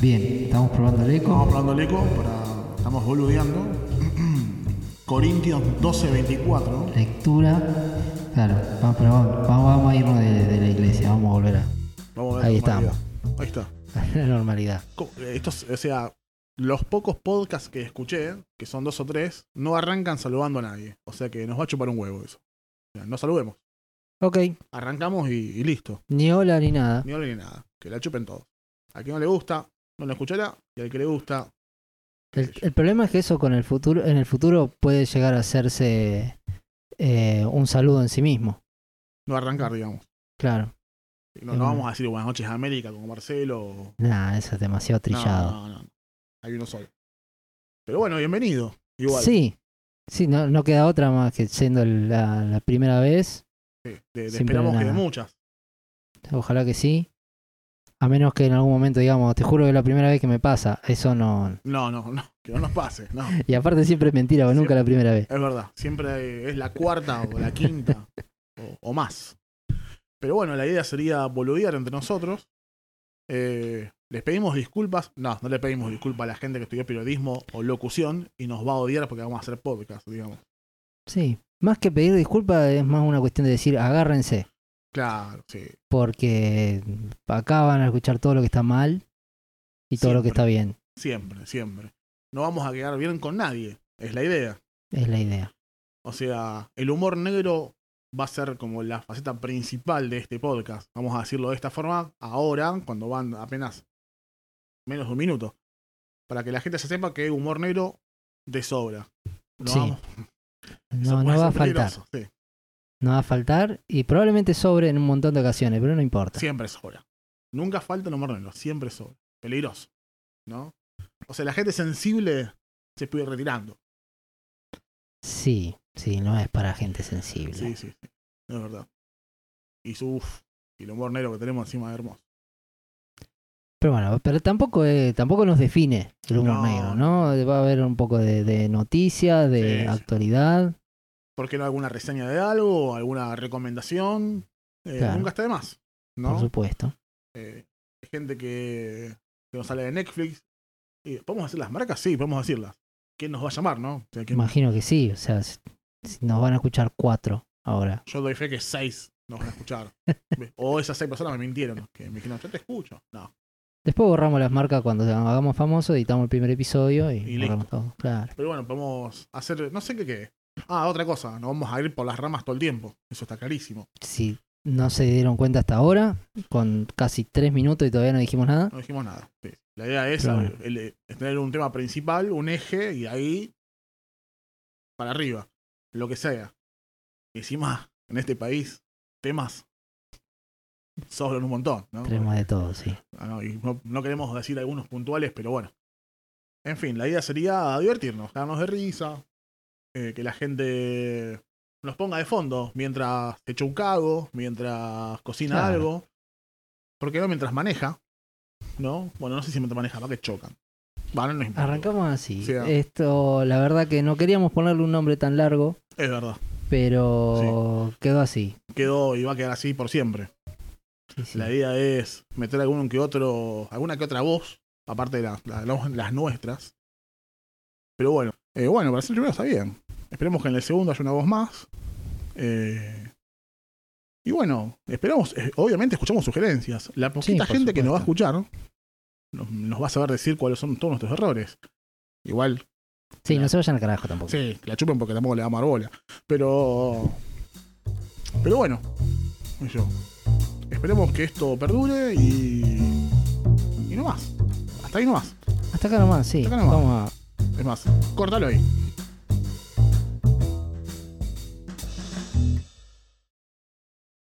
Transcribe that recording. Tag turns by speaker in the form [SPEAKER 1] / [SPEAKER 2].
[SPEAKER 1] Bien, estamos probando el
[SPEAKER 2] Estamos
[SPEAKER 1] eco.
[SPEAKER 2] hablando el eco, para- estamos boludeando. Corintios 12.24.
[SPEAKER 1] Lectura. Claro, vamos, pero vamos, vamos- vamos a irnos de, de la iglesia, vamos a volver a,
[SPEAKER 2] Vamos a ver
[SPEAKER 1] Ahí
[SPEAKER 2] la normalidad. Ahí está.
[SPEAKER 1] a la normalidad.
[SPEAKER 2] Co- eh, Estos, o sea, los pocos podcasts que escuché, que son dos o tres, no arrancan saludando a nadie. O sea que nos va a chupar un huevo eso. O sea, no saludemos.
[SPEAKER 1] Ok,
[SPEAKER 2] Arrancamos y, y listo.
[SPEAKER 1] ni hola ni nada.
[SPEAKER 2] Ni hable ni nada. Que la chupen todos. Al que no le gusta, no lo escuchará. Y al que le gusta, qué
[SPEAKER 1] El,
[SPEAKER 2] sé yo.
[SPEAKER 1] el problema es que eso con el futuro, en el futuro puede llegar a hacerse eh, un saludo en sí mismo.
[SPEAKER 2] no va a arrancar, digamos.
[SPEAKER 1] Claro.
[SPEAKER 2] Y No,
[SPEAKER 1] Es
[SPEAKER 2] no
[SPEAKER 1] verdad.
[SPEAKER 2] vamos a decir buenas noches a América como Marcelo. o-
[SPEAKER 1] Nah, eso es demasiado trillado.
[SPEAKER 2] No, no, no. Hay uno solo. Pero bueno, bienvenido. Igual.
[SPEAKER 1] sí, sí, no, no queda otra más que siendo la, la primera vez.
[SPEAKER 2] Sí, te- te
[SPEAKER 1] Siempre
[SPEAKER 2] esperamos que de
[SPEAKER 1] nada.
[SPEAKER 2] muchas.
[SPEAKER 1] Ojalá que sí. A menos que en algún momento digamos, te juro que es la primera vez que me pasa. Eso no.
[SPEAKER 2] No, no, no. Que no nos pase. No.
[SPEAKER 1] Y aparte siempre es mentira, porque nunca
[SPEAKER 2] Siempre.
[SPEAKER 1] la primera vez.
[SPEAKER 2] Es verdad, siempre es la cuarta o la quinta o, o más. Pero bueno, la idea sería boludear entre nosotros. Eh, les pedimos disculpas. No, no le pedimos disculpas a la gente que estudió periodismo o locución y nos va a odiar porque vamos a hacer podcast, digamos.
[SPEAKER 1] Sí. Más que pedir disculpas, es más una cuestión de decir, agárrense.
[SPEAKER 2] Claro, sí.
[SPEAKER 1] Porque acá van a escuchar todo lo que está mal y todo lo que
[SPEAKER 2] Siempre.
[SPEAKER 1] está bien.
[SPEAKER 2] Siempre, siempre. No vamos a quedar bien con nadie. Es la idea.
[SPEAKER 1] Es la idea.
[SPEAKER 2] O sea, el humor negro va a ser como la faceta principal de este podcast. Vamos a decirlo de esta forma ahora, cuando van apenas menos de un minuto. Para que la gente se sepa que humor negro de sobra. No,
[SPEAKER 1] Sí,
[SPEAKER 2] vamos- eso
[SPEAKER 1] No,
[SPEAKER 2] puede
[SPEAKER 1] no va a
[SPEAKER 2] ser
[SPEAKER 1] faltar.
[SPEAKER 2] peligroso, sí,
[SPEAKER 1] No va a faltar y probablemente sobre en un montón de ocasiones, pero no importa.
[SPEAKER 2] siempre sobra. Nunca falta el humor negro, siempre sobra. Peligroso. ¿No? O sea, la gente sensible se puede ir retirando.
[SPEAKER 1] Sí, sí, no es para gente sensible.
[SPEAKER 2] Sí, sí, sí. Es verdad. Y su uf, y el humor negro que tenemos encima es hermoso.
[SPEAKER 1] Pero bueno, pero tampoco eh, tampoco nos define el humor
[SPEAKER 2] No,
[SPEAKER 1] negro, ¿no? Va a haber un poco de, de noticias, de
[SPEAKER 2] Sí, sí.
[SPEAKER 1] actualidad.
[SPEAKER 2] ¿Por qué no alguna reseña de algo? ¿Alguna recomendación? Eh,
[SPEAKER 1] Claro.
[SPEAKER 2] Nunca está de más.
[SPEAKER 1] Por
[SPEAKER 2] ¿No?
[SPEAKER 1] supuesto.
[SPEAKER 2] Eh, hay gente que, que nos sale de Netflix. Y, ¿Podemos decir las marcas? Sí, podemos decirlas. ¿Quién nos va a llamar, no? O sea, ¿quién-
[SPEAKER 1] Imagino que sí. O sea, si- si nos van a escuchar cuatro ahora.
[SPEAKER 2] yo doy fe que seis nos van a escuchar. o esas seis personas me mintieron. Que me dijeron, yo te escucho. No.
[SPEAKER 1] Después borramos las marcas cuando nos hagamos famosos, editamos el primer episodio y,
[SPEAKER 2] Y
[SPEAKER 1] borramos todo. Claro.
[SPEAKER 2] Pero bueno, podemos hacer. No sé qué quede. Ah, otra cosa. Nos vamos a ir por las ramas todo el tiempo. Eso está clarísimo.
[SPEAKER 1] Si no se dieron cuenta hasta ahora, con casi tres minutos y todavía no dijimos nada.
[SPEAKER 2] No dijimos nada. Sí. La idea es,
[SPEAKER 1] Claro.
[SPEAKER 2] eh, el- eh, es tener un tema principal, un eje, y ahí para arriba, lo que sea. Y encima, en este país, temas sobran un montón, ¿no?
[SPEAKER 1] Tenemos de todo, sí.
[SPEAKER 2] Ah, no, y no- no queremos decir algunos puntuales, pero bueno. En fin, la idea sería divertirnos, darnos de risa, eh, que la gente nos ponga de fondo mientras echa un cago, mientras cocina
[SPEAKER 1] Claro.
[SPEAKER 2] algo. Porque no mientras maneja, ¿no? Bueno, no sé si mientras maneja, va que chocan. Bueno, no importa.
[SPEAKER 1] Arrancamos así.
[SPEAKER 2] Sí, ah.
[SPEAKER 1] Esto, la verdad que no queríamos ponerle un nombre tan largo,
[SPEAKER 2] Es verdad.
[SPEAKER 1] pero quedó así.
[SPEAKER 2] Quedó y va a quedar así por siempre.
[SPEAKER 1] Sí, sí.
[SPEAKER 2] La idea es meter algún que otro, alguna que otra voz, aparte de la- la- la- las nuestras. Pero bueno, eh, bueno, para ser el primero está bien. Esperemos que en el segundo haya una voz más. Eh, y bueno, esperamos, eh, obviamente escuchamos sugerencias. La poquita
[SPEAKER 1] por
[SPEAKER 2] gente que nos va a
[SPEAKER 1] supuesto.
[SPEAKER 2] escuchar nos, nos va a saber decir cuáles son todos nuestros errores. Igual,
[SPEAKER 1] Sí, no se vayan al carajo tampoco.
[SPEAKER 2] sí, que la chupen porque tampoco le da más bola. Pero. Pero bueno, qué sé yo. Esperemos que esto perdure y. Y no más. Hasta ahí no más.
[SPEAKER 1] Hasta acá nomás, sí.
[SPEAKER 2] Hasta acá nomás.
[SPEAKER 1] Vamos a...
[SPEAKER 2] Es más, cortalo ahí.